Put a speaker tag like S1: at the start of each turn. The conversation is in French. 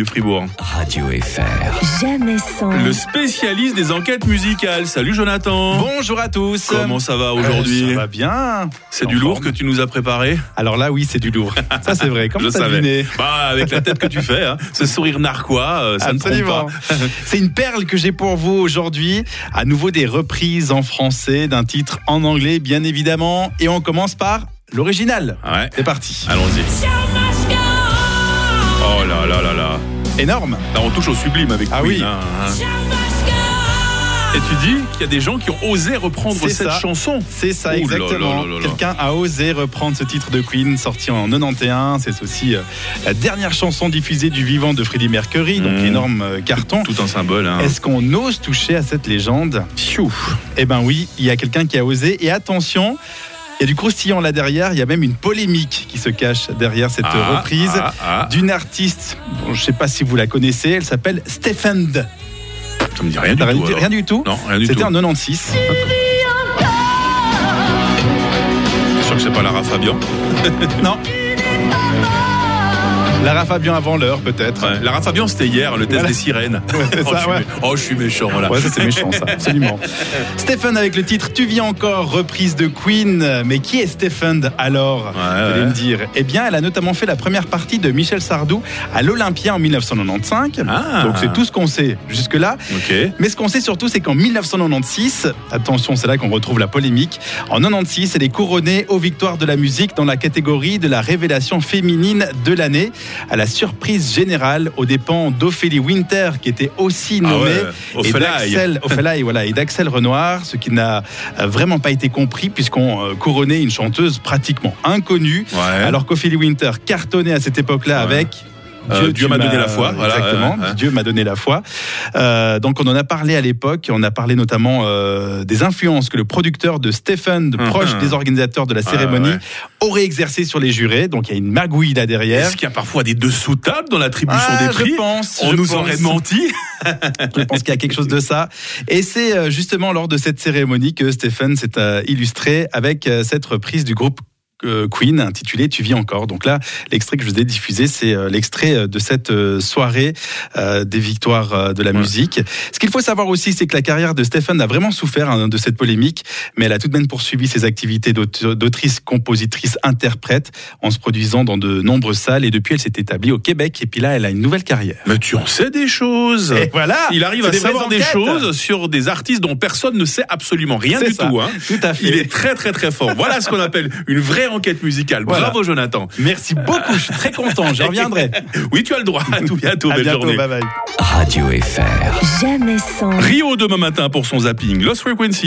S1: de Fribourg.
S2: Radio FR.
S3: Jamais sans.
S1: Le spécialiste des enquêtes musicales. Salut Jonathan.
S4: Bonjour à tous.
S1: Comment ça va aujourd'hui
S4: Eh, Ça va bien.
S1: C'est du lourd que tu nous as préparé
S4: Alors là, oui, c'est du lourd. Ça, c'est vrai. Comment
S1: Je
S4: ça
S1: savais.
S4: deviné
S1: Bah avec la tête que tu fais, hein, ce sourire narquois, euh, ça ne trompe pas.
S4: Absolument. C'est une perle que j'ai pour vous aujourd'hui. À nouveau des reprises en français d'un titre en anglais, bien évidemment. Et on commence par l'original.
S1: Ouais.
S4: C'est parti.
S1: Allons-y. Oh là là là là.
S4: Énorme.
S1: Là on touche au sublime avec
S4: Ah
S1: Queen,
S4: oui.
S1: hein, hein. Et tu dis qu'il y a des gens qui ont osé reprendre
S4: C'est
S1: cette
S4: ça.
S1: chanson.
S4: C'est ça,
S1: Ouh là là
S4: exactement.
S1: là là là.
S4: Quelqu'un a osé reprendre ce titre de Queen, sorti en 91. C'est aussi euh, la dernière chanson diffusée du vivant de Freddie Mercury, donc
S1: Mhm.
S4: énorme euh, carton.
S1: Tout un symbole. hein.
S4: Est-ce qu'on ose toucher à cette légende Eh ben oui, il y a quelqu'un qui a osé. Et attention, il y a du croustillant là derrière. Il y a même une polémique qui se cache derrière cette
S1: Ah,
S4: reprise
S1: ah, ah.
S4: d'une artiste. Bon, je ne sais pas si vous la connaissez. Elle s'appelle Stephen. D. Bah,
S1: Ça me dit rien du
S4: Rien
S1: tout.
S4: du-
S1: alors.
S4: rien du tout.
S1: Non, rien du tout.
S4: C'était en 96.
S1: Je suis sûr que c'est pas Lara Fabian.
S4: non. Lara Fabian avant l'heure, peut-être.
S1: Ouais, Lara Fabian, c'était hier, le test
S4: Voilà.
S1: des sirènes.
S4: c'est
S1: oh,
S4: ça,
S1: je suis
S4: ouais.
S1: mé- oh, je suis méchant, voilà.
S4: Ouais, ça c'est méchant, ça, absolument. Stephen avec le titre Tu vis encore, reprise de Queen. Mais qui est Stephen alors
S1: Ouais,
S4: Vous allez
S1: ouais.
S4: me dire. Eh bien, elle a notamment fait la première partie de Michel Sardou à l'Olympia en 1995.
S1: Ah.
S4: Donc c'est tout ce qu'on sait jusque-là.
S1: Ok.
S4: Mais ce qu'on sait surtout, c'est qu'en 1996, attention, c'est là qu'on retrouve la polémique. En 96, elle est couronnée aux victoires de la musique dans la catégorie de la révélation féminine de l'année, à la surprise générale, aux dépens d'Ophélie Winter, qui était aussi
S1: Ah
S4: nommée.
S1: ouais,
S4: et
S1: Ophélie.
S4: d'Axel Ophélie, voilà, et d'Axel Renoir, ce qui n'a euh, vraiment pas été compris puisqu'on euh, couronnait une chanteuse pratiquement inconnue,
S1: Ouais.
S4: alors qu'Ophélie Winter cartonnait à cette époque-là
S1: Hein Ouais.
S4: avec.
S1: Euh, Dieu
S4: tu
S1: m'a
S4: m'as-
S1: donné la foi, voilà, Hein.
S4: exactement.
S1: ouais, ouais.
S4: Dieu m'a donné la foi. Euh, donc on en a parlé à l'époque. On a parlé notamment euh, des influences que le producteur de Stephen, de
S1: Hum,
S4: proche
S1: hum.
S4: des organisateurs de la
S1: Ouais,
S4: cérémonie,
S1: ouais.
S4: aurait exercé sur les jurés. Donc il y a une magouille là derrière.
S1: Est-ce qu'il y a parfois des dessous tables dans l'attribution
S4: Ah,
S1: des prix
S4: je pense.
S1: On
S4: je
S1: nous
S4: pense.
S1: aurait menti.
S4: Je pense qu'il y a quelque chose de ça. Et c'est euh, justement lors de cette cérémonie que Stephen s'est euh, illustré avec euh, cette reprise du groupe euh, Queen intitulée Tu vis encore. Donc là, l'extrait que je vous ai diffusé, c'est euh, l'extrait euh, de cette euh, soirée euh, des victoires euh, de la
S1: Ouais.
S4: musique. Ce qu'il faut savoir aussi, c'est que la carrière de Stephen a vraiment souffert hein, de cette polémique, mais elle a tout de même poursuivi ses activités d'aut- d'autrice, compositrice, interprète en se produisant dans de nombreuses salles. Et depuis, elle s'est établie au Québec. Et puis là, elle a une nouvelle carrière.
S1: Mais tu en sais des choses.
S4: Et voilà,
S1: Il arrive
S4: c'est
S1: à
S4: des
S1: savoir
S4: vraies
S1: des
S4: enquêtes.
S1: choses sur des artistes dont personne ne sait absolument rien
S4: C'est
S1: du
S4: ça.
S1: tout. hein.
S4: Tout à fait.
S1: Il est très très très fort. Voilà ce qu'on appelle une vraie enquête musicale.
S4: Voilà.
S1: Bravo Jonathan.
S4: Merci beaucoup, je suis très content, je reviendrai.
S1: Oui, tu as le droit. À tout bientôt.
S4: à
S1: belle
S4: bientôt,
S1: journée.
S4: bye bye.
S2: Radio FR.
S3: Jamais sans.
S1: Rio demain matin pour son zapping. Lost Frequency.